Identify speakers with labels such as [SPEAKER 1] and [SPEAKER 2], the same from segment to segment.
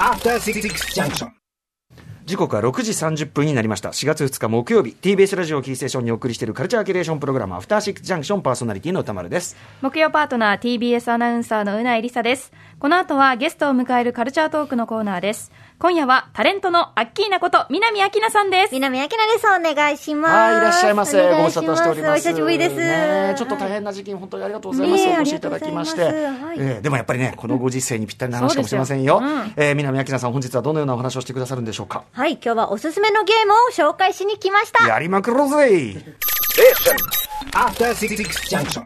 [SPEAKER 1] After Six Junction.
[SPEAKER 2] 時刻は6時30分になりました4月2日木曜日 TBS ラジオキーステーションにお送りしているカルチャーキュレーションプログラム「アフターシックスジャンクション」パーソナリティの歌丸です
[SPEAKER 3] 木曜パートナー TBS アナウンサーのうないりさですこの後はゲストを迎えるカルチャートークのコーナーです今夜はタレントのアッキーナこと南アキナさんです
[SPEAKER 4] 南明です。お願いします。
[SPEAKER 2] はいいらっしゃいませ
[SPEAKER 4] お願
[SPEAKER 2] ご無沙汰しております
[SPEAKER 4] お久しぶりです。
[SPEAKER 2] ねえちょっと大変な時期に本当にありがとうございます、
[SPEAKER 4] ねえ
[SPEAKER 2] お越しいただきまして
[SPEAKER 4] ありがとうございますはい
[SPEAKER 2] えーでもやっぱりねこのご時世にぴったりな話かもしれませんよ、
[SPEAKER 3] そうですようん
[SPEAKER 2] えー南明さん本日はどのようなお話をしてくださるんでしょうか
[SPEAKER 4] はい、今日はおすすめのゲームを紹介しに来ました。
[SPEAKER 2] やりまくろうぜ
[SPEAKER 1] After Six Junction.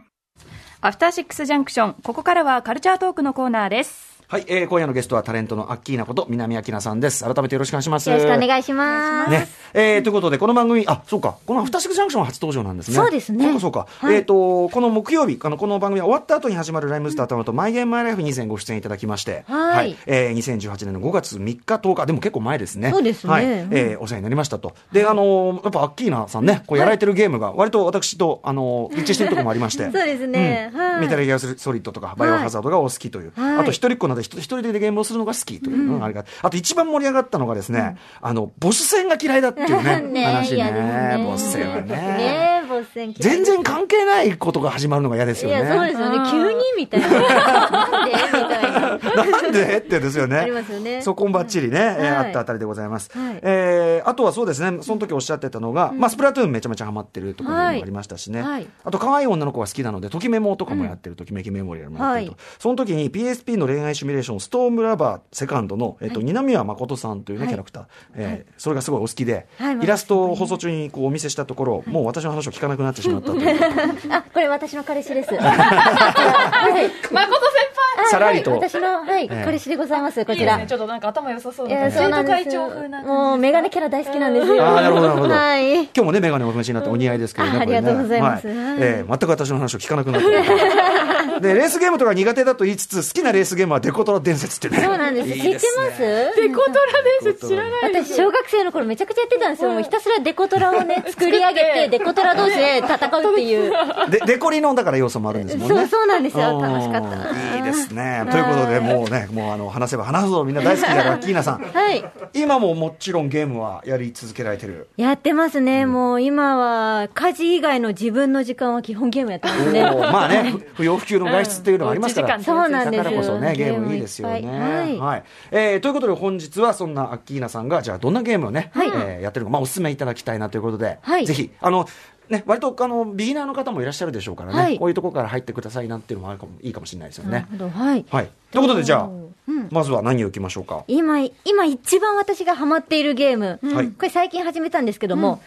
[SPEAKER 3] アフターシックスジャンクションここからはカルチャートークのコーナーです
[SPEAKER 2] はい、えー今夜のゲストはタレントのアッキーナこと南明さんです改めてよろしくお願いします
[SPEAKER 4] よろしくお願いします。
[SPEAKER 2] ね。えーということで、この番組、あ、そうか、このアフターシックスジャンクションは初登場なんですね。
[SPEAKER 4] そうですね
[SPEAKER 2] そうか、そうか。
[SPEAKER 4] はい
[SPEAKER 2] えっ、と、この木曜日、あの、この番組が終わった後に始まるライムスターとのと、マイゲームマイライフ2000ご出演いただきまして、
[SPEAKER 4] はい
[SPEAKER 2] えー2018年の5月3日10日、でも結構前ですね。
[SPEAKER 4] そうですね
[SPEAKER 2] はい。
[SPEAKER 4] うん
[SPEAKER 2] えーお世話になりましたと。で、あのーやっぱアッキーナさんね、こうやられてるゲームが、割と私と、あのー一致してるところもありまして。
[SPEAKER 4] そうですね
[SPEAKER 2] うん
[SPEAKER 4] はい
[SPEAKER 2] メタルギアソリッドとか、バイオハザードがお好きという。
[SPEAKER 4] はい、
[SPEAKER 2] あと、一人っ子なので、ひと一人でゲームをするのが好きというのがありがたいあと、一番盛り上がったのがですね、あの、ボス戦が嫌いだっていうね
[SPEAKER 4] ね
[SPEAKER 2] 話
[SPEAKER 4] 嫌です
[SPEAKER 2] ね
[SPEAKER 4] ね。
[SPEAKER 2] ボス戦はね。
[SPEAKER 4] ねえ、ボス戦嫌い
[SPEAKER 2] 全然関係ないことが始まるのが嫌です
[SPEAKER 4] い
[SPEAKER 2] よ
[SPEAKER 4] や、そうで
[SPEAKER 2] ね。
[SPEAKER 4] すよね。急にみたいな。なんでみたいな。
[SPEAKER 2] なんでってですよね。
[SPEAKER 4] ありますよね
[SPEAKER 2] そこもばっちりね、えー
[SPEAKER 4] はい
[SPEAKER 2] あったあたりでございます。
[SPEAKER 4] はい
[SPEAKER 2] えーあとはそうですね、その時おっしゃってたのが、まあ、スプラトゥーンめちゃめちゃハマってるところもあ
[SPEAKER 4] はい
[SPEAKER 2] りましたしね。
[SPEAKER 4] はい
[SPEAKER 2] あと、可愛い女の子が好きなので、ときメモとかもやってる、ときめきメモリアルもやってると。
[SPEAKER 4] はい
[SPEAKER 2] その時に PSP の恋愛シミュレーション、ストームラバーセカンドの、えっと、二宮誠さんというね、
[SPEAKER 4] はい
[SPEAKER 2] キャラクター。えーそれがすごいお好きで、
[SPEAKER 4] はい
[SPEAKER 2] イラストを放送中にこうお見せしたところ、もう私の話を聞かなくなってしまったという。
[SPEAKER 4] あ、これ私の彼氏 です。
[SPEAKER 3] 誠先輩
[SPEAKER 2] さらりと
[SPEAKER 4] はい私の、はい、
[SPEAKER 2] ええ
[SPEAKER 4] 彼氏でございます、こちら。
[SPEAKER 3] ちょっとなんか頭良さそう
[SPEAKER 4] いやそうなんですよ。もうメガネキャラ大好きなんですよ。
[SPEAKER 2] あーなるほどなるほど
[SPEAKER 4] はい。
[SPEAKER 2] 今日もね、メガネお召しになってお似合いですけどね、
[SPEAKER 4] あ
[SPEAKER 2] これね
[SPEAKER 4] ありがとうございます
[SPEAKER 2] は
[SPEAKER 4] はい
[SPEAKER 2] えー全く私の話を聞かなくなって。で、レースゲームとか苦手だと言いつつ、好きなレースゲームはデコトラ伝説ってね。
[SPEAKER 4] そうなんです。知ってます
[SPEAKER 3] デコトラです知らない
[SPEAKER 4] 私、小学生の頃めちゃくちゃやってたんですよ。もうひたすらデコトラをね、作り上げて、デコトラ同士で戦うっていう。
[SPEAKER 2] で、デコリのだから要素もあるんですもんね。
[SPEAKER 4] そうそうなんですよ楽しかった
[SPEAKER 2] た。いいですね。ということで、もうね、もうあの、話せば話すほどみんな大好きなラッキーナさん。
[SPEAKER 4] はい。
[SPEAKER 2] 今ももちろんゲームはやり続けられてる。
[SPEAKER 4] やってますね。もう今は、家事以外の自分の時間は基本ゲームやってま
[SPEAKER 2] お
[SPEAKER 4] すね。
[SPEAKER 2] ーまあね、不要不急の外出っていうのはありますから。
[SPEAKER 3] うんおうち時間
[SPEAKER 4] そうなんで
[SPEAKER 2] だ
[SPEAKER 4] す
[SPEAKER 2] からこそね、ゲームいいですよね。
[SPEAKER 4] ゲーム
[SPEAKER 2] はい
[SPEAKER 4] っぱい
[SPEAKER 2] い、
[SPEAKER 4] はい。
[SPEAKER 2] えーということで本日はそんなアッキーナさんが、じゃあどんなゲームをね、
[SPEAKER 4] はい
[SPEAKER 2] えーやってるか、まあお勧めいただきたいなということで、
[SPEAKER 4] はい
[SPEAKER 2] ぜひ、あの、ね、割とあのビギナーの方もいらっしゃるでしょうからね、
[SPEAKER 4] はい
[SPEAKER 2] こういうところから入ってくださいなんていうのもあるかもいいかもしれないですよ
[SPEAKER 4] な
[SPEAKER 2] ね。
[SPEAKER 4] るほど、はい。
[SPEAKER 2] はい。ということでじゃあ、
[SPEAKER 4] うん
[SPEAKER 2] まずは何をいきましょうか。
[SPEAKER 4] 今、今一番私がハマっているゲーム。
[SPEAKER 2] はい
[SPEAKER 4] これ最近始めたんですけども、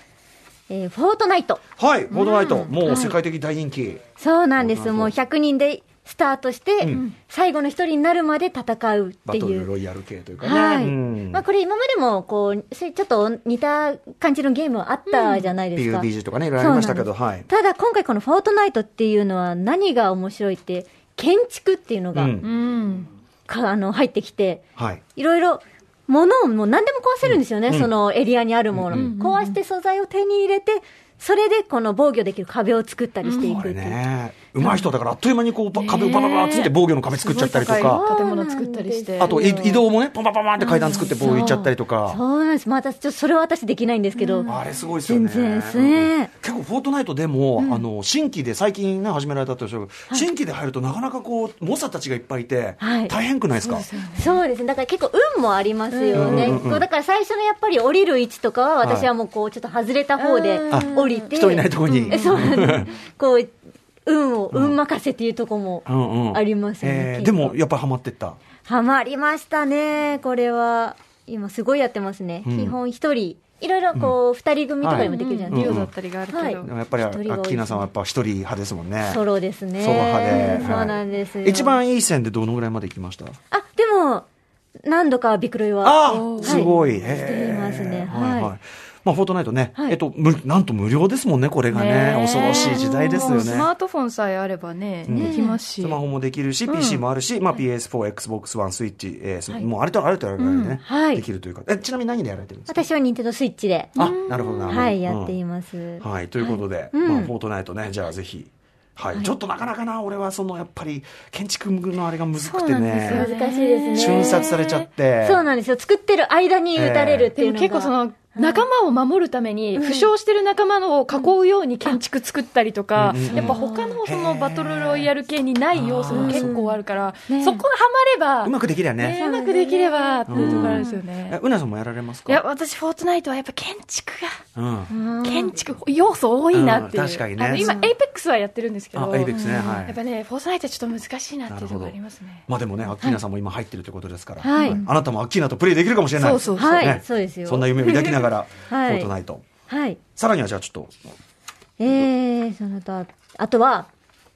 [SPEAKER 4] えーフォートナイト。
[SPEAKER 2] はい、フォートナイト、もう世界的大人気。
[SPEAKER 4] そうなんで
[SPEAKER 2] なる
[SPEAKER 4] す。
[SPEAKER 2] ほど
[SPEAKER 4] もう100人でスタートして、
[SPEAKER 2] うん
[SPEAKER 4] 最後の一人になるまで戦うっ
[SPEAKER 2] バ
[SPEAKER 4] て
[SPEAKER 2] ト
[SPEAKER 4] い
[SPEAKER 2] ル
[SPEAKER 4] う。
[SPEAKER 2] ロイヤル系というかね。
[SPEAKER 4] はい、
[SPEAKER 2] うん
[SPEAKER 4] まあ、これ今までもこうそういうちょっと似た感じのゲームはあったじゃないですか、
[SPEAKER 2] PUBG とかね、いろいろありましたけど、
[SPEAKER 4] そう
[SPEAKER 2] はい。
[SPEAKER 4] ただ今回この「フォートナイト」っていうのは何が面白いって建築っていうの
[SPEAKER 2] う
[SPEAKER 4] が、
[SPEAKER 2] ん。
[SPEAKER 3] うん
[SPEAKER 4] かあの入ってきて
[SPEAKER 2] はい。
[SPEAKER 4] いろいろ物をもう何でも壊せるんですよね、
[SPEAKER 2] うん
[SPEAKER 4] そのエリアにあるもの、
[SPEAKER 2] うん
[SPEAKER 4] 壊して素材を手に入れてそれでこの防御できる壁を作ったりしてい
[SPEAKER 2] こ
[SPEAKER 4] くってい
[SPEAKER 2] れ
[SPEAKER 4] う、
[SPEAKER 2] ね、うまい人だからあっという間にこうば壁をバラバラっつって防御の壁作っちゃったりと
[SPEAKER 3] すごい
[SPEAKER 2] か、
[SPEAKER 3] 高い建物作ったりして
[SPEAKER 2] あとい移動もね、パンパンパンパンって階段作って防御行っちゃったりと
[SPEAKER 4] そ
[SPEAKER 2] か。
[SPEAKER 4] うなんです、まあ、私ちょっとそれは私できないんですけど、
[SPEAKER 2] あれすごいですよね。
[SPEAKER 4] 全然ですね
[SPEAKER 2] うん結構フォートナイトでも、あの新規で最近ね始められたとおっしゃるけど新規で入るとなかなかこう猛者たちがいっぱいいて
[SPEAKER 4] はい
[SPEAKER 2] 大変くないですか。
[SPEAKER 4] そうですね、だから結構、運もありますよね、
[SPEAKER 2] うんうんうん
[SPEAKER 4] こうだから最初のやっぱり降りる位置とかは、
[SPEAKER 2] はい
[SPEAKER 4] 私はもうこうちょっと外れた方で
[SPEAKER 2] あ
[SPEAKER 4] 降りて、
[SPEAKER 2] 人いないとこに。
[SPEAKER 4] えそうなんです、こう運を、運任せっていうとこも
[SPEAKER 2] うんうん
[SPEAKER 4] ありますよね
[SPEAKER 2] え、ー
[SPEAKER 4] きっ
[SPEAKER 2] で
[SPEAKER 4] と
[SPEAKER 2] もやっぱりハマってった。
[SPEAKER 4] はまりましたね、これは、今、すごいやってますね、
[SPEAKER 2] うん
[SPEAKER 4] 基本一人、いろいろこう、二人組とかでもできるじゃないで
[SPEAKER 3] 量
[SPEAKER 4] す
[SPEAKER 2] うん
[SPEAKER 3] だったりがあるけ
[SPEAKER 4] はい
[SPEAKER 3] ど
[SPEAKER 2] でもやっぱりア
[SPEAKER 4] 一人が多いですね
[SPEAKER 2] ッキーナさんはやっぱ一人派ですもんね
[SPEAKER 4] か、。ソロですね、
[SPEAKER 2] ソロ派で。
[SPEAKER 4] そうなんですよ、
[SPEAKER 2] はい一番いい線でどのぐらいまで行きました。
[SPEAKER 4] あでも、何度かビクロイは、
[SPEAKER 2] あ
[SPEAKER 4] はい
[SPEAKER 2] すごい。
[SPEAKER 4] していますね、
[SPEAKER 2] はい
[SPEAKER 4] はい
[SPEAKER 2] はい。まあ、フォートナイトね、
[SPEAKER 4] はい
[SPEAKER 2] えっと、むなんと無料ですもんね、これがね、
[SPEAKER 4] ねえ
[SPEAKER 2] 恐ろしい時代ですよ
[SPEAKER 3] もうスマー
[SPEAKER 2] ね。
[SPEAKER 3] トフォンさえあればねできますし
[SPEAKER 2] スマホもできるし、PC もあるし、まあ、PS4、Xbox One、スイッチ、えーそもうあれとあれとあれぐらいでね、
[SPEAKER 4] はい
[SPEAKER 2] できるというか、えちなみに何でやられてるんですか
[SPEAKER 4] 私は任天堂スイッチで、
[SPEAKER 2] あ、なるほど、なるほど。
[SPEAKER 4] はい、
[SPEAKER 2] うん
[SPEAKER 4] やっています。
[SPEAKER 2] はい、ということで、
[SPEAKER 4] うん
[SPEAKER 2] まあ、フォートナイトね、じゃあぜひ。はい、ちょっとなかなかな、俺はそのやっぱり建築のあれがむず
[SPEAKER 3] そ
[SPEAKER 2] く
[SPEAKER 3] う
[SPEAKER 2] て
[SPEAKER 3] なんです
[SPEAKER 2] ね
[SPEAKER 3] よね、
[SPEAKER 4] 難しいですね
[SPEAKER 2] 瞬殺されちゃって、
[SPEAKER 4] そうなんですよ。作ってる間に打たれるって
[SPEAKER 3] で
[SPEAKER 4] いう
[SPEAKER 3] も
[SPEAKER 4] のが。
[SPEAKER 3] 結構その仲間を守るために、負傷してる仲間を囲うように建築作ったりとか、
[SPEAKER 2] うん
[SPEAKER 3] やっぱ他のそのバトルロイヤル系にない要素も結構あるから、
[SPEAKER 4] うん
[SPEAKER 3] そこがハマ
[SPEAKER 2] う
[SPEAKER 3] れば、
[SPEAKER 2] まくできりゃね
[SPEAKER 3] ね、うまくできればっていうところあるんですよ
[SPEAKER 2] え
[SPEAKER 3] ね。
[SPEAKER 2] うなさんもやられます
[SPEAKER 3] いや、
[SPEAKER 2] か、
[SPEAKER 3] 私、フォートナイトはやっぱ建築が、
[SPEAKER 2] うん、
[SPEAKER 4] うん
[SPEAKER 3] 建築要素多いなっていう。
[SPEAKER 2] うん確かにね
[SPEAKER 3] あの今、エイペックスはやってるんですけ
[SPEAKER 2] あ
[SPEAKER 3] ど、
[SPEAKER 2] エイペックスね、は
[SPEAKER 3] やっぱ
[SPEAKER 2] い、
[SPEAKER 3] ね、フォートナイトはちょっと難しいなっていうところありますね。
[SPEAKER 2] まあでもね、アッキーナさんも今入ってるということですから、
[SPEAKER 4] はい
[SPEAKER 2] あなたもアッキーナとプレイできるかもしれない、
[SPEAKER 3] そうそうそう
[SPEAKER 4] はい
[SPEAKER 2] ね
[SPEAKER 4] そうですよ
[SPEAKER 2] そんな夢を抱きながら、
[SPEAKER 4] はい
[SPEAKER 2] フォートナイト、
[SPEAKER 4] はい。
[SPEAKER 2] さらにはじゃあちょっと、
[SPEAKER 4] えー、その他、あとは、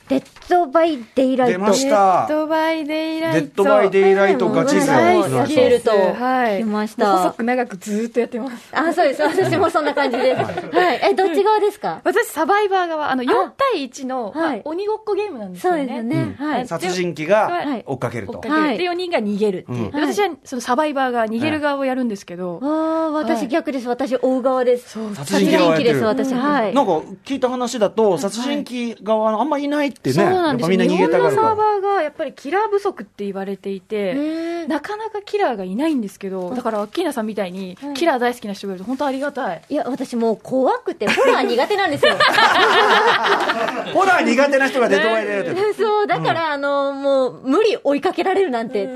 [SPEAKER 4] デッドバイデイライ
[SPEAKER 2] 出
[SPEAKER 4] ト。
[SPEAKER 2] ました、
[SPEAKER 4] は
[SPEAKER 3] デッドバイデイライト。
[SPEAKER 2] デッドバイデイライトガチ勢、
[SPEAKER 4] はい
[SPEAKER 2] うな
[SPEAKER 4] や
[SPEAKER 2] さん
[SPEAKER 4] っていると
[SPEAKER 3] はい
[SPEAKER 4] 来ました
[SPEAKER 3] 細く長くずーっとやってます。
[SPEAKER 4] いあ、そうです。私もそんな感じです。はい。え、どっち側ですか
[SPEAKER 3] 私、サバイバー側、あの、4対1の、まあ
[SPEAKER 4] はい
[SPEAKER 3] 鬼ごっこゲームなんです
[SPEAKER 4] そ
[SPEAKER 3] よね。
[SPEAKER 4] うですよ
[SPEAKER 2] うん
[SPEAKER 4] ね。はい。
[SPEAKER 2] 殺人鬼が
[SPEAKER 3] はい
[SPEAKER 2] 追っかける
[SPEAKER 3] 追
[SPEAKER 2] と
[SPEAKER 3] っか。け
[SPEAKER 4] は
[SPEAKER 3] る
[SPEAKER 4] い
[SPEAKER 3] で、4人が逃げるっていう。で
[SPEAKER 4] うん
[SPEAKER 3] 私は、そのサバイバーが逃げる側をやるんですけど、
[SPEAKER 4] ああ、
[SPEAKER 3] は
[SPEAKER 4] 私
[SPEAKER 3] い
[SPEAKER 4] 逆です。私追う側です。
[SPEAKER 3] そう
[SPEAKER 2] 殺
[SPEAKER 4] 殺
[SPEAKER 2] 人鬼
[SPEAKER 4] 人
[SPEAKER 2] 側やって
[SPEAKER 4] 鬼で
[SPEAKER 2] る
[SPEAKER 4] す、私。はい。
[SPEAKER 2] なんか聞いた話だと、殺人鬼側のあんまいないってね、
[SPEAKER 3] そうな
[SPEAKER 2] やっ
[SPEAKER 3] んで
[SPEAKER 2] ぱ
[SPEAKER 3] す
[SPEAKER 2] みんな逃
[SPEAKER 3] 日
[SPEAKER 2] げ
[SPEAKER 3] 本
[SPEAKER 2] たが
[SPEAKER 3] の
[SPEAKER 2] る
[SPEAKER 3] サー
[SPEAKER 2] か
[SPEAKER 3] バーがやっぱりキラー不足って言われていて、
[SPEAKER 4] うん
[SPEAKER 3] なかなかキラーがいないんですけど、だからアッキーナさんみたいに、キラー大好きな人がいると本当ありがたい。
[SPEAKER 4] いや、私もう怖くて、ホラー苦手な んですよ。
[SPEAKER 2] ら。ホラー苦手な人が出てこられるって。
[SPEAKER 4] そう、だから、あの、もう、無理追いかけられるなんて、リ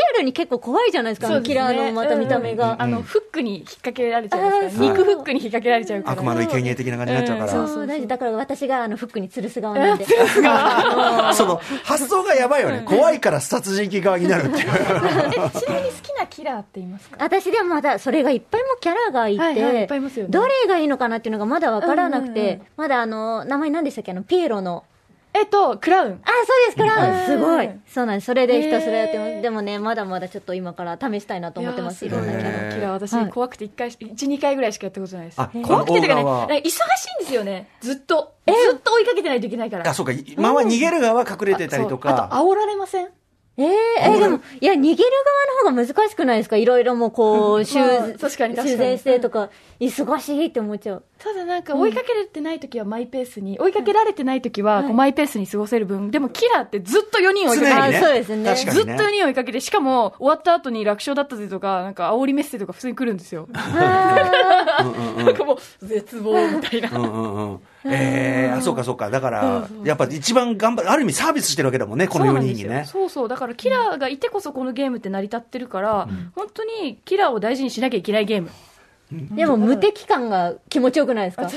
[SPEAKER 4] アルに結構怖いじゃないですか、
[SPEAKER 3] そうです
[SPEAKER 4] キ
[SPEAKER 3] ね
[SPEAKER 4] ラーのまた見た目が。
[SPEAKER 3] あの、フックに引っ掛けられちゃうから、
[SPEAKER 4] あーそう
[SPEAKER 3] 肉フックに引っ掛けられちゃうから。
[SPEAKER 2] 悪魔の生贄的な感じになっちゃう
[SPEAKER 4] そう
[SPEAKER 2] か
[SPEAKER 4] そう大事だから私があのフックに吊るす側なんで、
[SPEAKER 2] ら。その発想がやばいよね。怖いから殺人鬼側になるっ ていう。
[SPEAKER 3] えちなみに好きなキラーって言いますか
[SPEAKER 4] 私でもまだそれがいっぱいもキャラがいて、
[SPEAKER 3] はいはいいっぱいいますよね
[SPEAKER 4] どれがいいのかなっていうのがまだ分からなくて、
[SPEAKER 3] うんうんうん
[SPEAKER 4] まだあの名前何でしたっけあのピエロの
[SPEAKER 3] えっと、クラウン。
[SPEAKER 4] あそうですから、
[SPEAKER 3] うん
[SPEAKER 4] すごいそうなんですそれでひたすらやってます、
[SPEAKER 3] へー
[SPEAKER 4] でもねまだまだちょっと今から試したいなと思ってますい
[SPEAKER 3] いやー
[SPEAKER 4] ろん
[SPEAKER 3] す
[SPEAKER 4] な
[SPEAKER 3] ごい
[SPEAKER 4] キャラ
[SPEAKER 2] へー
[SPEAKER 3] キラー私、
[SPEAKER 4] はい
[SPEAKER 3] 怖くて1回し、一2回ぐらいしかやったことないです。
[SPEAKER 2] あ
[SPEAKER 3] ね
[SPEAKER 2] この
[SPEAKER 3] 怖くてというかね、
[SPEAKER 2] オーガは
[SPEAKER 3] なんか忙しいんですよね。ずっと。ずっと追いかけてないといけないから。
[SPEAKER 2] あ、そうか。まあまあ逃げる側は隠れてたりと
[SPEAKER 3] そうあ
[SPEAKER 2] か。
[SPEAKER 3] と、煽られません
[SPEAKER 4] えー、えーでもいや逃げる側の方が難しくないですかいろいろもうこう修,、
[SPEAKER 3] まあ確かに確かに
[SPEAKER 4] 修繕してとか忙しいって思っちゃう
[SPEAKER 3] ただなんか、追いかけられてない時はマイペースに、追いかけられてない時は、こうマイペースに過ごせる分、でもキラーってずっと4人追いか
[SPEAKER 2] 常に
[SPEAKER 3] けてる
[SPEAKER 2] ね。
[SPEAKER 4] あそうですね
[SPEAKER 2] 確か
[SPEAKER 3] ずっ
[SPEAKER 2] に
[SPEAKER 3] と
[SPEAKER 2] ね。
[SPEAKER 3] 4人追いかけて、しかも、終わった後に楽勝だったぜとか、なんか、煽りメッセとか普通に来るんですよ。なんかもう、絶望みたいな。
[SPEAKER 2] うんうんうん。ええ、あそうかそうか。だから、やっぱ一番頑張る、ある意味サービスしてるわけだもんね、この
[SPEAKER 3] そう
[SPEAKER 2] 4
[SPEAKER 3] なん
[SPEAKER 2] 人
[SPEAKER 3] です
[SPEAKER 2] に
[SPEAKER 3] よ
[SPEAKER 2] ね。
[SPEAKER 3] そうそうだからキラーがいてこそこのゲームって成り立ってるから、本当にキラーを大事にしなきゃいけないゲーム
[SPEAKER 4] でも無敵感が気持ちよくないですか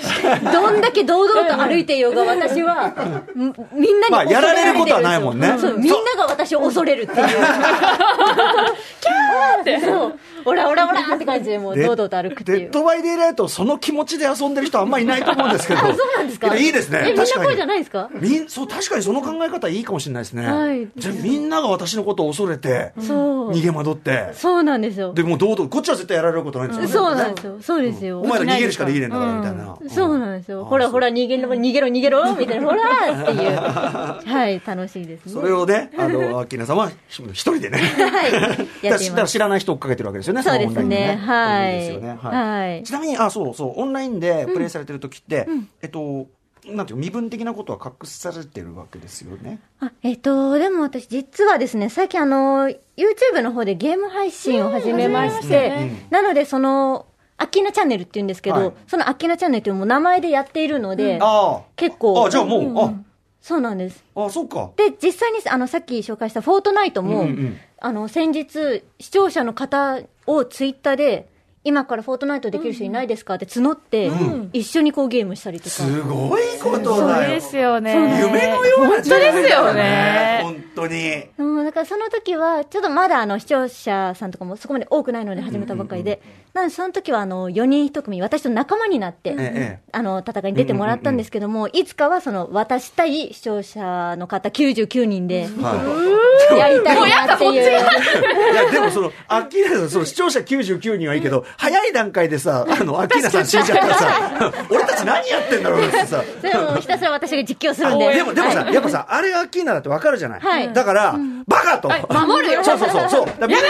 [SPEAKER 4] どんだけ堂々と歩いていようが 私は、んみんなに恐れられてるんですよ、
[SPEAKER 2] まあやられることはないもんね
[SPEAKER 4] そうみんなが私を恐れるっていう。キャーって。そう。オラオラオラって感じでもう
[SPEAKER 2] で
[SPEAKER 4] 堂々と歩くってい
[SPEAKER 2] デ
[SPEAKER 4] う
[SPEAKER 2] ッ。ドバイデイライト、その気持ちで遊んでる人あんまいないと思うんですけど。そう
[SPEAKER 4] なんですか
[SPEAKER 2] いいですね。
[SPEAKER 4] え、みんな
[SPEAKER 2] 確かに
[SPEAKER 4] こうじゃないですか
[SPEAKER 2] みんそう確かにその考え方いいかもしれないですね、
[SPEAKER 4] はい
[SPEAKER 2] じゃあみんなが私のことを恐れて、
[SPEAKER 4] そう
[SPEAKER 2] 逃。げ惑って
[SPEAKER 4] そうなんですよ。
[SPEAKER 2] でもう堂々こっちは絶対やられることないんですよ、
[SPEAKER 4] そうなんですよ。そうですよ。
[SPEAKER 2] お前ら逃げるしかできねえんだからみたいな、
[SPEAKER 4] そう
[SPEAKER 2] で
[SPEAKER 4] なんです
[SPEAKER 2] あ
[SPEAKER 4] よ。ほら
[SPEAKER 2] そう
[SPEAKER 4] ほら、逃げろ、逃げろ、逃げろ、みたいな、ほらーっ ていう。はい、楽しいですね。
[SPEAKER 2] それをねあのアッキーナさんはひ一人でね
[SPEAKER 4] はい。 や
[SPEAKER 2] だ
[SPEAKER 4] ってい
[SPEAKER 2] しだ
[SPEAKER 4] ます
[SPEAKER 2] から。知らない人追っかけてるわけですよね、
[SPEAKER 4] そうですね
[SPEAKER 2] のオンラインで
[SPEAKER 4] はい
[SPEAKER 2] そうですよねは
[SPEAKER 4] はいい
[SPEAKER 2] ちなみに、あ、そうそう、オンラインでプレイされてる時って、えっと、なんていうの身分的なことは隠されてるわけですよね。
[SPEAKER 4] あえっと、でも私、実はですね、最近、あの、YouTube の方でゲーム配信を始めまして、なので、その、アッキーナチャンネルって言うんですけど、
[SPEAKER 2] はい
[SPEAKER 4] そのアッキーナチャンネルっていうもう名前でやっているので、
[SPEAKER 2] あ
[SPEAKER 4] 結構
[SPEAKER 2] あ、あ、じゃあもう、
[SPEAKER 4] そうなんです。
[SPEAKER 2] あ、あ、そうか。
[SPEAKER 4] で、実際に、あの、さっき紹介したフォートナイトも、
[SPEAKER 2] うんうん
[SPEAKER 4] あの、先日、視聴者の方をツイッターで、今からフォートナイトできる人いないですかって募って、一緒にこうゲームしたりとか。
[SPEAKER 2] すごいこと
[SPEAKER 3] そう
[SPEAKER 2] だよ
[SPEAKER 3] で。すよね
[SPEAKER 2] 夢のような
[SPEAKER 3] 本当ですよね
[SPEAKER 2] 本当に。
[SPEAKER 4] うん、だからその時は、ちょっとまだあの視聴者さんとかもそこまで多くないので始めたばかりで、なのでその時はあの4人1組、私と仲間になって、
[SPEAKER 2] ええ
[SPEAKER 4] あの戦いに出てもらったんですけども、いつかはその渡したい視聴者の方99人で、
[SPEAKER 2] はい
[SPEAKER 4] やりたいなっていう。
[SPEAKER 2] いや、でもその、アッキーナさん、その視聴者99人はいいけど、早い段階でさ、あの、アッキーナさん死んじゃったらさ、俺たち何やってんだろうってさ。
[SPEAKER 4] それはもうひたすら私が実況する
[SPEAKER 2] あ
[SPEAKER 4] んで。
[SPEAKER 2] でも、でもさ、
[SPEAKER 4] はい
[SPEAKER 2] やっぱさ、あれがアッキーナだってわかるじゃない。
[SPEAKER 4] はい
[SPEAKER 2] だから、バカと。
[SPEAKER 3] 守るよ
[SPEAKER 2] そうそうそう。そう。やめろで、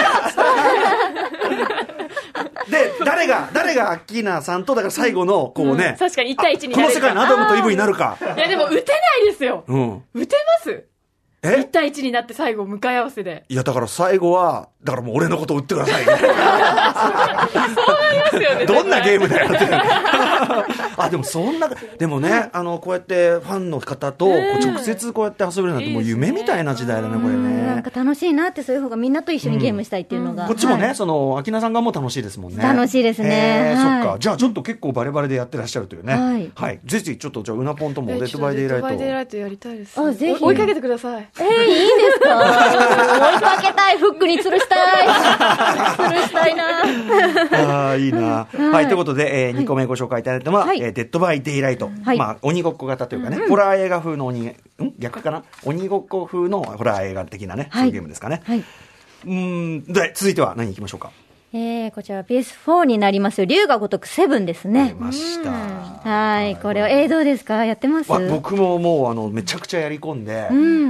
[SPEAKER 2] 誰誰が、誰がアッキーナさんと、だから最後の、こうね、
[SPEAKER 5] 確かに1対1に
[SPEAKER 2] こ
[SPEAKER 5] な
[SPEAKER 2] の
[SPEAKER 5] れ
[SPEAKER 2] 世
[SPEAKER 5] る
[SPEAKER 2] 界のアダムとイブになるか。
[SPEAKER 5] いやでも打てないですよ、
[SPEAKER 2] うん。
[SPEAKER 5] 打てます1
[SPEAKER 2] え
[SPEAKER 5] 対1になって最後向かい合わせで
[SPEAKER 2] いや、だから最後は、だからもう俺のこと売ってくださいよ。どんなゲームだよって。 あ、でもそんな、でもね、あの、こうやってファンの方と、こう直接こうやって遊べるなんて、もう夢みたいな時代だね、これ
[SPEAKER 4] なん
[SPEAKER 2] ね
[SPEAKER 4] か。楽しいなって、そういう方がみんなと一緒にゲームしたいっていうのが。
[SPEAKER 2] こっちも
[SPEAKER 4] は
[SPEAKER 2] ね、
[SPEAKER 4] い
[SPEAKER 2] その、アキナさんがもう楽しいですもんね。
[SPEAKER 4] 楽しいですね
[SPEAKER 2] へー
[SPEAKER 4] はい
[SPEAKER 2] そっか。じゃあちょっと結構バレバレでやってらっしゃるというね。は
[SPEAKER 4] はいい。
[SPEAKER 2] ぜひちょっと、じゃあ、うなぽんとも、デッドバイデイライト。
[SPEAKER 5] デッドバイデイライトやりたいです
[SPEAKER 4] あぜひ
[SPEAKER 5] お追いかけてください
[SPEAKER 4] えー、いいんですか 追いかけたい、フックに吊るした い。吊るしたいな。
[SPEAKER 2] ああ、いいな。はい、ということで、え2個目ご紹介いただいたのは、
[SPEAKER 4] はい
[SPEAKER 2] えーデッドバイデイライト。
[SPEAKER 4] はい
[SPEAKER 2] まあ、鬼ごっこ型というかね、ホラー映画風の鬼、ん逆かな鬼ごっこ風のホラー映画的なね、そういうゲームですかね。
[SPEAKER 4] はい。
[SPEAKER 2] うーん、で、続いては何いきましょうか。
[SPEAKER 4] えー、こちら PS4 になりますよ。竜が如くセブンです
[SPEAKER 2] 出
[SPEAKER 4] ね。
[SPEAKER 2] ました。
[SPEAKER 4] はい。これは、えー、どうですかやってます
[SPEAKER 2] わ僕ももうあのめちゃくちゃやり込んで、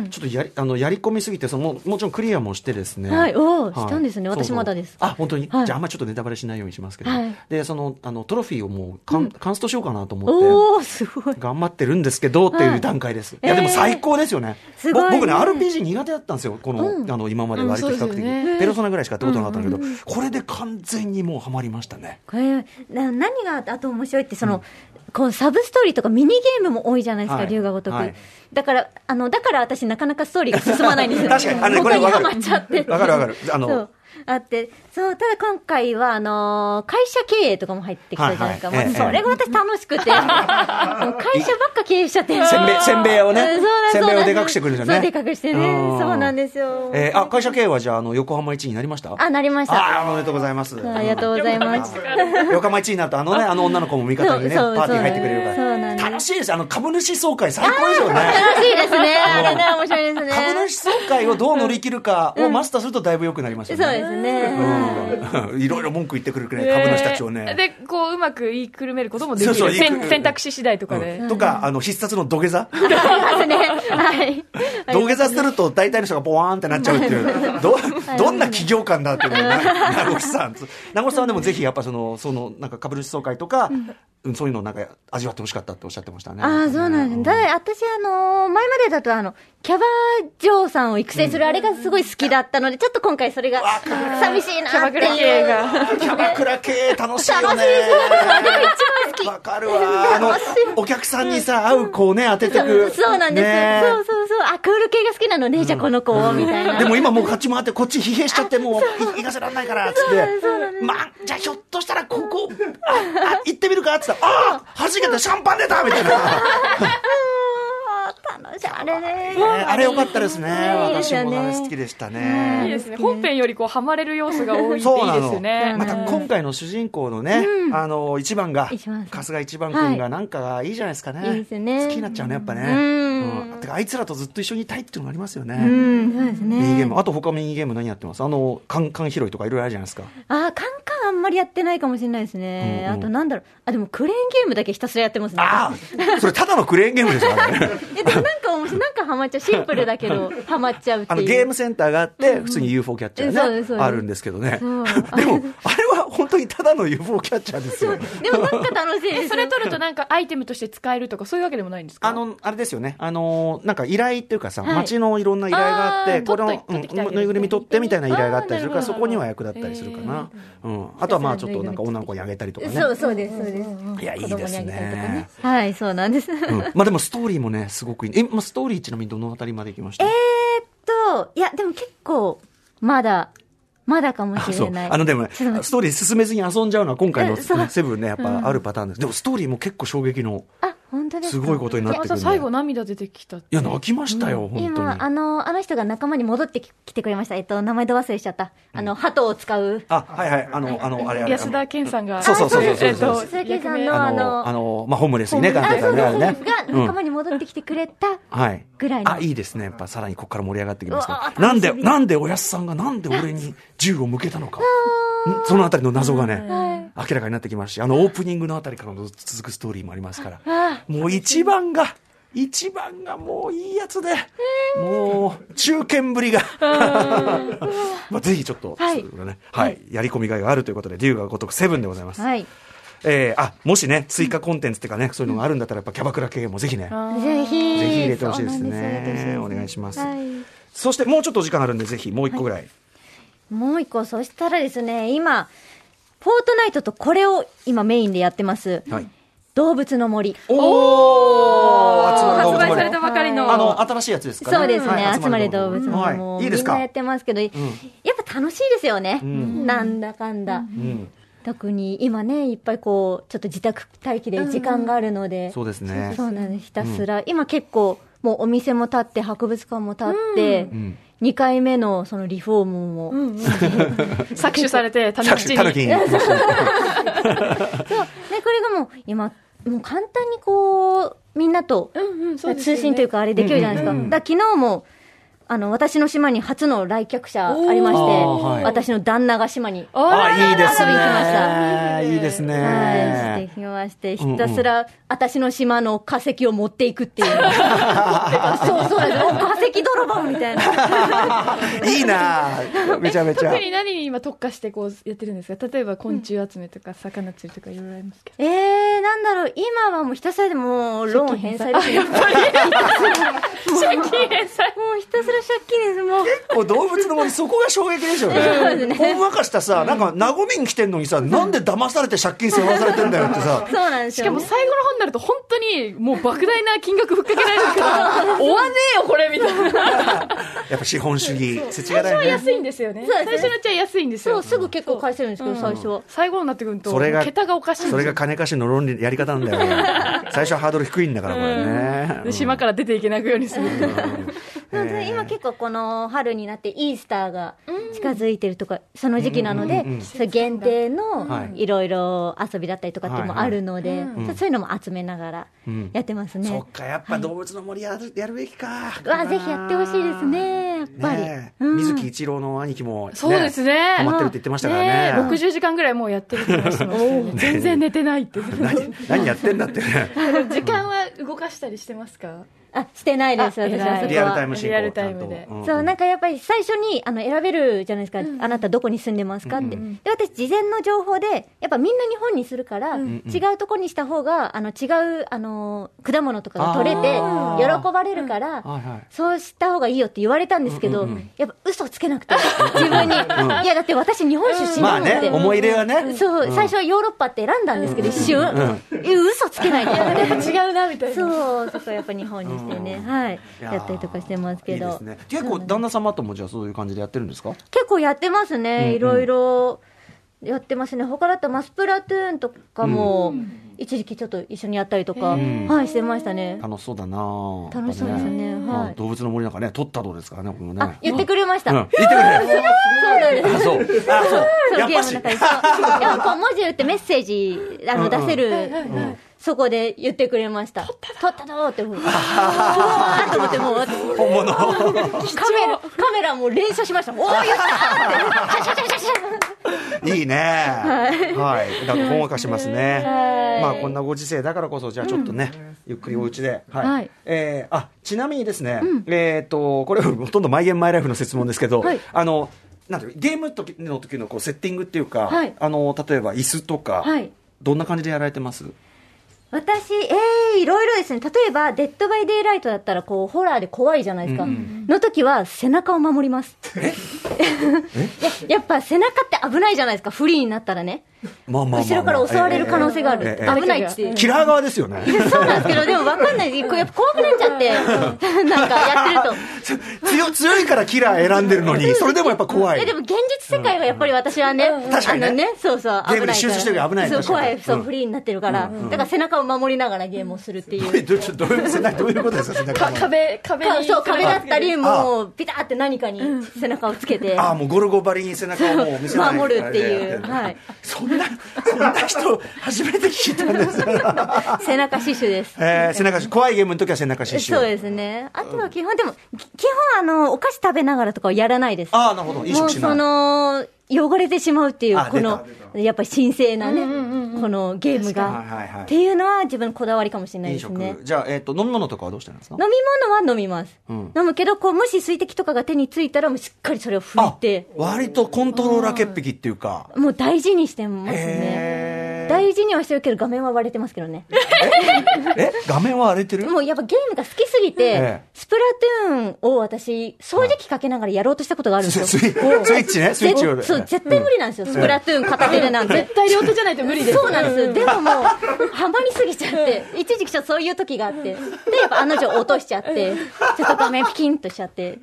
[SPEAKER 2] ちょっとやりあのやり込みすぎてそのもうもちろんクリアもしてですね
[SPEAKER 4] はいおーしたんですね私まだです
[SPEAKER 2] あ本当に、
[SPEAKER 4] はい
[SPEAKER 2] じゃああんまりちょっとネタバレしないようにしますけど、
[SPEAKER 4] はい
[SPEAKER 2] でそのあのトロフィーをもうかん、カンストしようかなと思って
[SPEAKER 4] おー、すごい。
[SPEAKER 2] 頑張ってるんですけどっていう段階です。い、や、でも最高ですよね。
[SPEAKER 4] すごいね
[SPEAKER 2] ぼ僕ね、RPG 苦手だったんですよ。この、あの、今まで割と比較
[SPEAKER 5] うんそう
[SPEAKER 2] 的、
[SPEAKER 5] ですよね
[SPEAKER 2] ペルソナぐらいしかやったことなかったんだけど、これで完全にもうハマりましたね。
[SPEAKER 4] これな何があと面白いってその、こうサブストーリーとかミニゲームも多いじゃないですか、
[SPEAKER 2] はい
[SPEAKER 4] 龍が如く、
[SPEAKER 2] はい
[SPEAKER 4] だからあのだから私なかなかストーリーが進まないんですよ
[SPEAKER 2] 確かにあのこ
[SPEAKER 4] ここ
[SPEAKER 2] れ
[SPEAKER 4] に
[SPEAKER 2] わか
[SPEAKER 4] ハ
[SPEAKER 2] る
[SPEAKER 4] マっちゃって
[SPEAKER 2] わかるわかるあの
[SPEAKER 4] そうあってそうただ今回はあのー会社経営とかも入ってきたじゃないですか、
[SPEAKER 2] はいはい
[SPEAKER 4] もう
[SPEAKER 2] ええ
[SPEAKER 4] それが私楽 しくてあの会社ばっか経営しちゃって
[SPEAKER 2] せんべい、せんべいをね
[SPEAKER 4] うんそうなん、
[SPEAKER 2] せんべいをでかくし
[SPEAKER 4] そ
[SPEAKER 2] て
[SPEAKER 4] う
[SPEAKER 2] くるんですよ
[SPEAKER 4] そう
[SPEAKER 2] ね。
[SPEAKER 4] でかくしてね
[SPEAKER 2] うん
[SPEAKER 4] そうなんですよ、
[SPEAKER 2] えーあ、会社経営はじゃあ、あの、横浜1位になりました
[SPEAKER 4] あなりまし
[SPEAKER 2] あ
[SPEAKER 4] た
[SPEAKER 2] ーおめでとうございます。
[SPEAKER 4] ありがとうございます
[SPEAKER 2] 横浜1位になると、あのね、あの女の子も味方にね、パ
[SPEAKER 4] そうそう
[SPEAKER 2] ーティー入ってくれるか
[SPEAKER 4] そうな
[SPEAKER 2] ら。
[SPEAKER 4] んです
[SPEAKER 2] 楽しいです。あの、株主総会最高ですよね。
[SPEAKER 4] 楽しいですねあれね面白いですね
[SPEAKER 2] 株主総会をどう乗り切るかをマスターするとだいぶ良くなりました
[SPEAKER 4] そ
[SPEAKER 2] よ
[SPEAKER 4] うで
[SPEAKER 2] ね。
[SPEAKER 4] すね、
[SPEAKER 2] うんい ろいろ文句言ってくるくらい株主たちを
[SPEAKER 5] えー
[SPEAKER 2] ね。
[SPEAKER 5] でこううまく言いくるめることもできる
[SPEAKER 2] そうそう言いくる
[SPEAKER 5] 選選択肢次第とかで、
[SPEAKER 2] うんとか、あの、必殺の土下座。
[SPEAKER 4] ありますね。はい。
[SPEAKER 2] 土下座すると大体の人がボワーンってなっちゃうっていう、ど、どんな企業感だっていうのね、名越さん。名越さんはでもぜひやっぱその、その、なんか株主総会とか、うんそういうのをなんか味わってほしかったっておっしゃってましたね。
[SPEAKER 4] ああ、そうなんです。だ私、あのー前までだと、あの、キャバ嬢さんを育成する、あれがすごい好きだったので、ちょっと今回それが、寂しいな
[SPEAKER 5] キャ
[SPEAKER 4] っ
[SPEAKER 5] バ
[SPEAKER 4] て
[SPEAKER 5] クラ系
[SPEAKER 4] いう。
[SPEAKER 5] が
[SPEAKER 2] キャバクラ系楽しいよね。
[SPEAKER 4] 一番
[SPEAKER 2] わかるわ。あの、お客さんにさ、会う子をね、当てて
[SPEAKER 4] 好
[SPEAKER 2] く。
[SPEAKER 4] き。そうなんです、
[SPEAKER 2] ね
[SPEAKER 4] そうそうそう。あ、クール系が好きなのね、じゃあこの子を、みたいな。
[SPEAKER 2] でも今もう勝ち回ってこっち疲弊しちゃってもうい行かせられないからっつってまあじゃあひょっとしたらここああ行ってみるかっつったらああ弾けてシャンパン出たみたいな
[SPEAKER 4] あー楽しい。あれね。
[SPEAKER 2] ねあれ良かったですね
[SPEAKER 4] いいで
[SPEAKER 2] 私
[SPEAKER 4] すよ
[SPEAKER 2] も
[SPEAKER 4] ね
[SPEAKER 2] あれ好きでした
[SPEAKER 5] いい
[SPEAKER 2] ね
[SPEAKER 5] ですね本編よりこうハマれる要素が多いっていい
[SPEAKER 2] そうな
[SPEAKER 5] です
[SPEAKER 2] の
[SPEAKER 5] ね
[SPEAKER 2] また今回の主人公のねあの一番が
[SPEAKER 4] 一番
[SPEAKER 2] 春日一番君がなんかがいいじゃないですか
[SPEAKER 4] いい
[SPEAKER 2] ね
[SPEAKER 4] ですね
[SPEAKER 2] 好きになっちゃうねやっぱね
[SPEAKER 4] うん
[SPEAKER 2] うんてかあいつらとずっと一緒にいたいっていうのもありますよ
[SPEAKER 4] う
[SPEAKER 2] ね
[SPEAKER 4] ん、そうです
[SPEAKER 2] ミニゲー
[SPEAKER 4] ね。
[SPEAKER 2] ムあと他ミニゲーム何やってますあのカンカン拾いとかいろいろあるじゃないですか
[SPEAKER 4] あー、カンカンあんまりやってないかもしれないです
[SPEAKER 2] うん
[SPEAKER 4] ね。
[SPEAKER 2] うん
[SPEAKER 4] あとなんだろう。あ、でもクレーンゲームだけひたすらやってますね。
[SPEAKER 2] ああそれただのクレーンゲームですよ ね
[SPEAKER 4] えでもなんか面白いなんかハマっちゃうシンプルだけどハマっちゃうって
[SPEAKER 2] あ
[SPEAKER 4] いう
[SPEAKER 2] のゲームセンターがあって普通に UFO キャッチャ
[SPEAKER 4] そう
[SPEAKER 2] ー
[SPEAKER 4] ですそう
[SPEAKER 2] ね
[SPEAKER 4] です
[SPEAKER 2] あるんですけど ねで
[SPEAKER 4] そ
[SPEAKER 2] も
[SPEAKER 4] う
[SPEAKER 2] あれは本当にただの UFO キャッチャーですよ
[SPEAKER 4] でもなんか楽しいです
[SPEAKER 5] えそれ取るとなんかアイテムとして使えるとかそういうわけでもないんですか
[SPEAKER 2] あの、あれですよね。あの、なんか依頼っていうかさ、
[SPEAKER 4] はい
[SPEAKER 2] 街のいろんな依頼があって、
[SPEAKER 5] あー
[SPEAKER 2] こ
[SPEAKER 5] 取っ
[SPEAKER 2] の、
[SPEAKER 5] と
[SPEAKER 2] うん
[SPEAKER 5] 取ってきてあげる
[SPEAKER 2] ぬいぐるみ取ってみたいな依頼があったりするから、
[SPEAKER 5] あー
[SPEAKER 2] そこには役立ったりするかな。うん。あとはまあちょっとなんか女の子にあげたりとかね。
[SPEAKER 4] そうそうですそうです
[SPEAKER 2] いや、いいですね。
[SPEAKER 4] はいそうなんですえーっ
[SPEAKER 2] うん。まあでもストーリーもね、すごくいい。え、まあストーリーちなみにどのあたりまで行きました
[SPEAKER 4] といやでも結構まだまだかも
[SPEAKER 2] あ
[SPEAKER 4] し
[SPEAKER 2] そ
[SPEAKER 4] れ
[SPEAKER 2] う。
[SPEAKER 4] ない
[SPEAKER 2] あのでもね、
[SPEAKER 4] ちょっと待って
[SPEAKER 2] ストーリー進めずに遊んじゃうのは今回の
[SPEAKER 4] えそう
[SPEAKER 2] セブンね、やっぱあるパターンです。でもストーリーも結構衝撃の、
[SPEAKER 4] あ本当です
[SPEAKER 2] す
[SPEAKER 4] か
[SPEAKER 2] ごいことになって
[SPEAKER 5] ま
[SPEAKER 2] くる
[SPEAKER 5] た
[SPEAKER 2] ん
[SPEAKER 5] 最
[SPEAKER 2] で。
[SPEAKER 5] 後涙出てきた
[SPEAKER 2] いや、泣きましたよ、本当に
[SPEAKER 4] 今。あのあの人が仲間に戻ってき来てくれましたえっと名前ど忘れしちゃったあの鳩を使う
[SPEAKER 2] あ、はいはい、あの、あの、あれあれ。
[SPEAKER 5] 安田健さんが
[SPEAKER 2] そうそうそうそうそう
[SPEAKER 5] えっと
[SPEAKER 4] 鈴木さん
[SPEAKER 5] 役
[SPEAKER 4] の
[SPEAKER 2] あ
[SPEAKER 4] あ
[SPEAKER 2] の、
[SPEAKER 4] の
[SPEAKER 2] あの、まあ、ホームレスにね、
[SPEAKER 4] あ
[SPEAKER 2] 感じ
[SPEAKER 4] そう
[SPEAKER 2] た
[SPEAKER 4] そう
[SPEAKER 2] ね、あれね。
[SPEAKER 4] が仲間に戻ってきてくれた
[SPEAKER 2] はい。
[SPEAKER 4] ぐらいの
[SPEAKER 2] あ、いいですね。やっぱさらにここから盛り上がってきます
[SPEAKER 4] うわ
[SPEAKER 2] ね。
[SPEAKER 4] ー
[SPEAKER 2] なんで、
[SPEAKER 4] 楽しみ
[SPEAKER 2] なんでおやすさんがなんで俺に銃を向けたのか。んそのあたりの謎がね、明らかになってきますし、あのオープニングのあたりからの続くストーリーもありますから。もう一番が、一番がもういいやつで、もう中堅ぶりが、 まあ、ぜひちょっと、
[SPEAKER 3] はい
[SPEAKER 2] そうだねはいやり込みがいがあるということで、龍が如くセブンでございます。
[SPEAKER 4] はい。
[SPEAKER 2] えーあもしね、追加コンテンツっていうかね、そういうのがあるんだったら、やっぱキャバクラ系もぜひね、
[SPEAKER 4] ぜひ。
[SPEAKER 2] ぜひ入れてほしいですね
[SPEAKER 4] そうなんですよ
[SPEAKER 2] お願いします
[SPEAKER 4] はい
[SPEAKER 2] そしてもうちょっとお時間あるんで、ぜひもう一個ぐらい、
[SPEAKER 4] もう一個、そしたらですね、今、フォートナイトとこれを今メインでやってます。
[SPEAKER 2] はい
[SPEAKER 4] 動物の森。
[SPEAKER 2] おー集まる動
[SPEAKER 5] 発
[SPEAKER 2] 物
[SPEAKER 5] 売
[SPEAKER 2] ま
[SPEAKER 5] され
[SPEAKER 2] で
[SPEAKER 5] たばかりの。
[SPEAKER 2] あの新しいやつですかね
[SPEAKER 4] そうですね、
[SPEAKER 2] はい
[SPEAKER 4] 集まれ動物
[SPEAKER 2] は
[SPEAKER 4] の
[SPEAKER 2] い
[SPEAKER 4] もう
[SPEAKER 2] いいで
[SPEAKER 4] み
[SPEAKER 2] す
[SPEAKER 4] んな
[SPEAKER 2] か
[SPEAKER 4] やってますけど、やっぱ楽しいですよね、
[SPEAKER 2] ん
[SPEAKER 4] なんだかんだ、
[SPEAKER 2] うん
[SPEAKER 4] 特に今ねいっぱいこうちょっと自宅待機で時間があるので、
[SPEAKER 2] そうですね
[SPEAKER 4] そうなんですひたすら、今結構もうお店も建って博物館も建って、
[SPEAKER 2] ん
[SPEAKER 4] 2回目のそのリフォームも、
[SPEAKER 5] 搾取されて、たぬきち
[SPEAKER 2] タヌキ
[SPEAKER 5] に。
[SPEAKER 2] に
[SPEAKER 4] そうねこれがもう今もう簡単にこうみんなと通信というかあれできるじゃないですか、
[SPEAKER 2] うんうんうん
[SPEAKER 4] だから昨日もあの私の島に初の来客者ありまして、
[SPEAKER 2] おーはい
[SPEAKER 4] 私の旦那が島に
[SPEAKER 5] あら
[SPEAKER 2] あいいです
[SPEAKER 4] 遊びに来ました
[SPEAKER 2] ねいいです
[SPEAKER 4] はい、
[SPEAKER 2] ね
[SPEAKER 4] してきまして、ひたすら、私の島の化石を持ってい くっていう。そうそうなんですよ。お化石泥棒みたいな。
[SPEAKER 2] いいなぁめちゃめちゃ
[SPEAKER 5] 特に何に今特化してこうやってるんですか例えば昆虫集めとか魚釣りとかいろいろありますけど。
[SPEAKER 4] えー、なんだろう、今はもうひたすらでもう、ローン返済 です。もうひたす
[SPEAKER 5] 借金返済
[SPEAKER 4] ら借金です、もう。
[SPEAKER 2] こう動物の森そこが衝撃ですよねほんわかしたさなんか和みに来てんのにさなんで騙されて借金背負わされてんだよってさ
[SPEAKER 4] そうなんです
[SPEAKER 5] しか
[SPEAKER 4] よ、
[SPEAKER 5] も
[SPEAKER 4] ね。
[SPEAKER 5] 最後の方になると本当にもう莫大な金額ふっかけられるから、終わねえよこれみたいな。
[SPEAKER 2] やっぱ資本主義世知が
[SPEAKER 5] 最初は
[SPEAKER 2] ないね
[SPEAKER 5] 安いんですよね。
[SPEAKER 4] そう
[SPEAKER 5] 最
[SPEAKER 4] ですね
[SPEAKER 5] 初のうちは安いんです
[SPEAKER 4] そ
[SPEAKER 5] よ
[SPEAKER 4] う、。すぐ結構返せるんですけど、最初は。
[SPEAKER 5] 最後になってくると、
[SPEAKER 2] それが
[SPEAKER 5] 桁がおかしいんです
[SPEAKER 2] そ
[SPEAKER 5] よ
[SPEAKER 2] れが金貸しの論理やり方なんだよ ね最初はハードル低いんだからこれね
[SPEAKER 5] で島から出ていけないようにする。
[SPEAKER 4] なので今結構この春になってイースターが近づいてるとか、その時期なので、そう限
[SPEAKER 2] は
[SPEAKER 4] 定の
[SPEAKER 2] い
[SPEAKER 4] いろいろ遊びだったりとかっていうのもあるので、そうそういうのも集めながら
[SPEAKER 2] ん
[SPEAKER 4] やってます ね。
[SPEAKER 2] そっかやっぱ動物の森やるやるべきか
[SPEAKER 4] わあぜひやってほしいですねやっぱり、
[SPEAKER 2] ねえ
[SPEAKER 4] うん
[SPEAKER 2] 水木一郎の兄貴もね
[SPEAKER 5] そうですね。
[SPEAKER 2] 止まってるって言ってましたからね
[SPEAKER 5] ね60時間ぐらいもうやってるって言ってましたもんね全然寝てないって。
[SPEAKER 2] 何何やってんだってね
[SPEAKER 5] 時間は動かしたりしてますか
[SPEAKER 4] あしてないです
[SPEAKER 5] あ
[SPEAKER 4] 私は
[SPEAKER 5] 偉
[SPEAKER 4] そ
[SPEAKER 5] い
[SPEAKER 4] こ
[SPEAKER 2] リアルタイ
[SPEAKER 4] は
[SPEAKER 2] ム進
[SPEAKER 5] リア
[SPEAKER 2] 行
[SPEAKER 5] ル
[SPEAKER 2] ちゃ
[SPEAKER 5] タイ
[SPEAKER 2] んと
[SPEAKER 5] ムで
[SPEAKER 2] ん
[SPEAKER 4] そうなんかやっぱり最初にあの選べるじゃないですか、あなたどこに住んでますかって、で私事前の情報でやっぱみんな日本にするから、違うとこにした方があの違うあの果物とかが取れて
[SPEAKER 2] あー
[SPEAKER 4] 喜ばれるから、
[SPEAKER 2] はいはい
[SPEAKER 4] そうした方がいいよって言われたんですけ
[SPEAKER 2] うん
[SPEAKER 4] ど、
[SPEAKER 2] うんうん
[SPEAKER 4] やっぱ嘘つけなくて、自分に。いや、だって私日本出身
[SPEAKER 2] ま
[SPEAKER 4] な
[SPEAKER 2] あ
[SPEAKER 4] のって。
[SPEAKER 2] ね思い入れはね
[SPEAKER 4] そう、最初はヨーロッパって選んだんですけど、一瞬。え、嘘つけ ないと。やっぱ違うな、みたいな。そう、そこはやっぱ日本にしてね、はい。
[SPEAKER 2] いや
[SPEAKER 4] やったりとかしてますけ
[SPEAKER 2] いい
[SPEAKER 4] ど。
[SPEAKER 2] ですね結構旦那様ともじゃあそういう感じでやってるんですか
[SPEAKER 4] 結構やってます
[SPEAKER 2] うんうん
[SPEAKER 4] ね、いろいろ。やってますね。他だとマスプラトゥーンとかも、一時期ちょっと一緒にやったりとか、
[SPEAKER 2] ん
[SPEAKER 4] はい、してましたね。
[SPEAKER 2] 楽しそうだなぁ
[SPEAKER 4] 楽しそうですね
[SPEAKER 2] やっぱ
[SPEAKER 4] はい
[SPEAKER 2] うん動物の森なんかね撮ったどうですからね僕もね
[SPEAKER 4] あ、言ってくれました。
[SPEAKER 2] うん言ってく れ
[SPEAKER 4] そうなんです。
[SPEAKER 2] あそうあそう
[SPEAKER 4] そ
[SPEAKER 2] や
[SPEAKER 4] う
[SPEAKER 2] っ
[SPEAKER 4] ゲ
[SPEAKER 2] ぱ
[SPEAKER 4] ーム
[SPEAKER 2] し
[SPEAKER 4] の中でそういやこう文字打ってメッセージあ
[SPEAKER 2] うんう
[SPEAKER 4] の
[SPEAKER 2] ん
[SPEAKER 4] 出せる、そこで言ってくれました。取ったどーっ て思う。うわーと思ってもう私
[SPEAKER 2] 本物
[SPEAKER 4] カメラカメラも連射しました。おおー言ったーって。シャシャシャシャシ
[SPEAKER 2] いいね。はい。なんかほんわかしますね。
[SPEAKER 4] はい
[SPEAKER 2] まあこんなご時世だからこそ、じゃあちょっとね、ゆっくりお家で。はい。
[SPEAKER 4] はい
[SPEAKER 2] えーあ、ちなみにですね、えっ、と、これほとんどマイゲームマイライフの質問ですけど、
[SPEAKER 4] はい
[SPEAKER 2] あの、なんていうのゲーム時の時のこうセッティングっていうか、
[SPEAKER 4] はい
[SPEAKER 2] あの例えば椅子とか、
[SPEAKER 4] ャ。はい。
[SPEAKER 2] どんな感じでやられてます
[SPEAKER 4] 私、えー、いろいろですね。例えば、デッドバイデイライトだったら、こう、ホラーで怖いじゃないですか。
[SPEAKER 2] うんう
[SPEAKER 4] の時は、背中を守ります。 ややっぱ、背中って危ないじゃないですか。フリーになったらね。
[SPEAKER 2] まあまあまあまあ
[SPEAKER 4] 後ろから襲われる可能性がある。
[SPEAKER 2] ええええ
[SPEAKER 4] 危ないっていう。
[SPEAKER 2] キラー側ですよね。
[SPEAKER 4] そうなんですけど、でも分かんないこうやっぱ怖くなっちゃ って、なんかやってると。
[SPEAKER 2] 強強いからキラー選んでるのに、それでもやっぱ怖い。
[SPEAKER 4] えでも現実世界はやっぱり私はね、
[SPEAKER 2] 確かにね
[SPEAKER 4] あのね、そうそう、
[SPEAKER 2] ゲー
[SPEAKER 4] 危
[SPEAKER 2] ムに
[SPEAKER 4] ないか
[SPEAKER 2] 集中
[SPEAKER 4] ら。
[SPEAKER 2] してるより危ない
[SPEAKER 4] そう、
[SPEAKER 2] 確かに
[SPEAKER 4] 怖い、そうう、
[SPEAKER 2] ん
[SPEAKER 4] フリーになってるから、だから背中を守りながらゲームをするっていう。
[SPEAKER 2] どういうどういう背中どういうことですか背中
[SPEAKER 5] か
[SPEAKER 2] の
[SPEAKER 5] 壁、壁
[SPEAKER 4] か
[SPEAKER 5] に。
[SPEAKER 4] そう、壁だったり、
[SPEAKER 2] あ
[SPEAKER 4] もう、ピタって何かに背中をつけ て。
[SPEAKER 2] ああもうゴルゴバリに背中をもう見せない
[SPEAKER 4] 守るっていう
[SPEAKER 2] あれで
[SPEAKER 4] はい
[SPEAKER 2] そんなそんな人初めて聞いたん です、
[SPEAKER 4] 背中刺繍です。
[SPEAKER 2] えー、背中怖いゲームの時は背中刺繍
[SPEAKER 4] そうですね。あとは基本、でも、き基本、あの、お菓子食べながらとかはやらないです。
[SPEAKER 2] ああなるほど飲
[SPEAKER 4] も
[SPEAKER 2] 食
[SPEAKER 4] う
[SPEAKER 2] しない
[SPEAKER 4] その、汚れてしまうっていう
[SPEAKER 2] あ、
[SPEAKER 4] こ
[SPEAKER 2] 出た
[SPEAKER 4] の、やっぱり神聖なね、このゲーム
[SPEAKER 2] はいはい
[SPEAKER 4] が。
[SPEAKER 2] はい
[SPEAKER 4] っていうのは自分のこだわりかもしれない
[SPEAKER 2] 飲
[SPEAKER 4] です
[SPEAKER 2] 食、
[SPEAKER 4] ね。
[SPEAKER 2] じゃあ、えっ、と、飲み物とかはどうしてるんですか
[SPEAKER 4] 飲み物は飲みます。
[SPEAKER 2] うん
[SPEAKER 4] 飲むけど、こう、もし水滴とかが手についたら、もうしっかりそれを拭いて、
[SPEAKER 2] 割とコントローラー潔癖っていうか。
[SPEAKER 4] もう大事にしてますね。
[SPEAKER 2] へー
[SPEAKER 4] 大事にはしてるけど、画面は割れてますけどね。
[SPEAKER 2] え画面は荒れ てる
[SPEAKER 4] もうやっぱゲームが好きすぎて、
[SPEAKER 2] ええ
[SPEAKER 4] スプラトゥーンを私、掃除機かけながらやろうとしたことがあるんです
[SPEAKER 2] ス
[SPEAKER 4] よ。
[SPEAKER 2] スイスイッチね、スイッチを
[SPEAKER 4] ぜそう、絶対無理なんですよ。スプラトゥーン片手でなんて。
[SPEAKER 5] 絶対両手じゃないと無理です。
[SPEAKER 4] そうなんですよ。でももう、ハマりすぎちゃって、一時期ちょっとそういう時があって、で、やっぱあの女落としちゃって、ちょっと画面ピキンとしちゃって。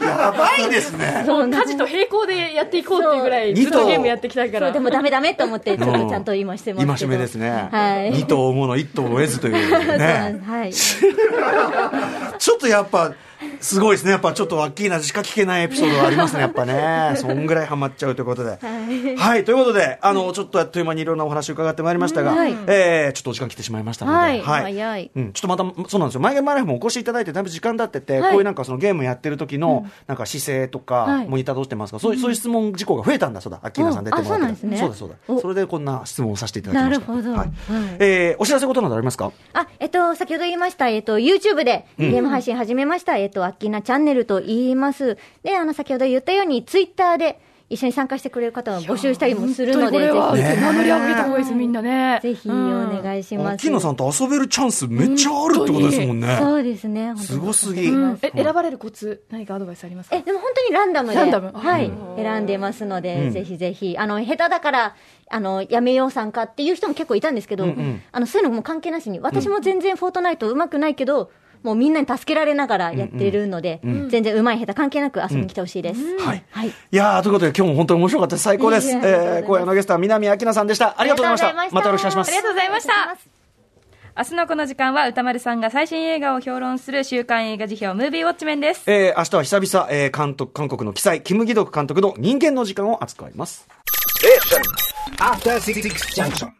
[SPEAKER 2] やばいですね。
[SPEAKER 5] もう家事と並行でやっていこうっていうぐらい、
[SPEAKER 2] そう
[SPEAKER 5] ずっとゲームやってきたか
[SPEAKER 4] そ
[SPEAKER 5] ら。
[SPEAKER 4] う、でもダメダメと思って、ちょっとちゃんと今してますけど。
[SPEAKER 2] 今しめですね。
[SPEAKER 4] はい
[SPEAKER 2] 二頭追うもの、一頭追えずという
[SPEAKER 4] そうな
[SPEAKER 2] ね
[SPEAKER 4] んで。す。はい。
[SPEAKER 2] ちょっとやっぱ、すごいですね。やっぱちょっとアッキーナしか聞けないエピソードがありますね。やっぱね。そんぐらいハマっちゃうということで。はい。ということで、あの、ちょっとあっという間にいろんなお話伺ってまいりましたが、えーちょっとお時間来てしまいましたので。
[SPEAKER 3] はい早い
[SPEAKER 2] うん、ちょっとまた、そうなんですよ。前マラフもお越しいただいて、だいぶ時間経ってて、こういうなんかそのゲームやってる時の、なんか姿勢とか、
[SPEAKER 3] はい
[SPEAKER 2] モニターどうしてますか、そういう、そういう質問事項が増えたんだそうだ。アッキーナさん出てもらって。
[SPEAKER 4] おあそうなんですね
[SPEAKER 2] そうだそうだ。
[SPEAKER 4] お
[SPEAKER 2] それでこんな質問をさせていただきました。
[SPEAKER 4] なるほど
[SPEAKER 2] はい
[SPEAKER 4] はい
[SPEAKER 2] えーお知らせことなどありますか
[SPEAKER 4] あ、えっと、先ほど言いました、えっと、YouTube でゲーム配信始めました、えっと、アッキーナチャンネルと言います。で、あの、先ほど言ったように、Twitter で一緒に参加してくれる方を募集したりもするの
[SPEAKER 5] 本当に
[SPEAKER 4] で、
[SPEAKER 5] これは、
[SPEAKER 4] ぜ
[SPEAKER 5] 名乗り上げた方がいいです、みんなね。
[SPEAKER 4] ひ、ぜひお願いします。
[SPEAKER 2] キ野さんと遊べるチャンスめっちゃあるってことですもんね。
[SPEAKER 4] そうですね。
[SPEAKER 2] すごすぎ
[SPEAKER 4] 本当に
[SPEAKER 5] うんえ、選ばれるコツ、何かアドバイスありますか
[SPEAKER 4] え、でも本当にランダムで。
[SPEAKER 5] ランダム
[SPEAKER 4] はい
[SPEAKER 5] うん。
[SPEAKER 4] 選んでますので、
[SPEAKER 2] うん
[SPEAKER 4] ぜひぜひ。あの、下手だから、あの、やめようさんかっていう人も結構いたんですけど、
[SPEAKER 2] うんうん
[SPEAKER 4] あの、そういうのも関係なしに、私も全然フォートナイト上手くないけど、もうみんなに助けられながらやってるので、全然上手い下手関係なく遊びに来てほしいです。
[SPEAKER 2] はい。
[SPEAKER 4] はい。
[SPEAKER 2] いやー、ということで今日も本当に面白かったです。最高です。
[SPEAKER 4] い
[SPEAKER 2] え
[SPEAKER 4] えいえありがとうございます
[SPEAKER 2] ー、今夜のゲストは南明奈さんでした。ありがとうございました。
[SPEAKER 4] ありがとうございました
[SPEAKER 2] またよろしくお願いします
[SPEAKER 3] あり。がとうございました。明日のこの時間は歌丸さんが最新映画を評論する週刊映画辞表ムービーウォッチメンです。
[SPEAKER 2] えー、明日は久々、えー、監督、韓国の記載、キム・ギドク監督の人間の時間を扱います。
[SPEAKER 1] Station. After Six Junction.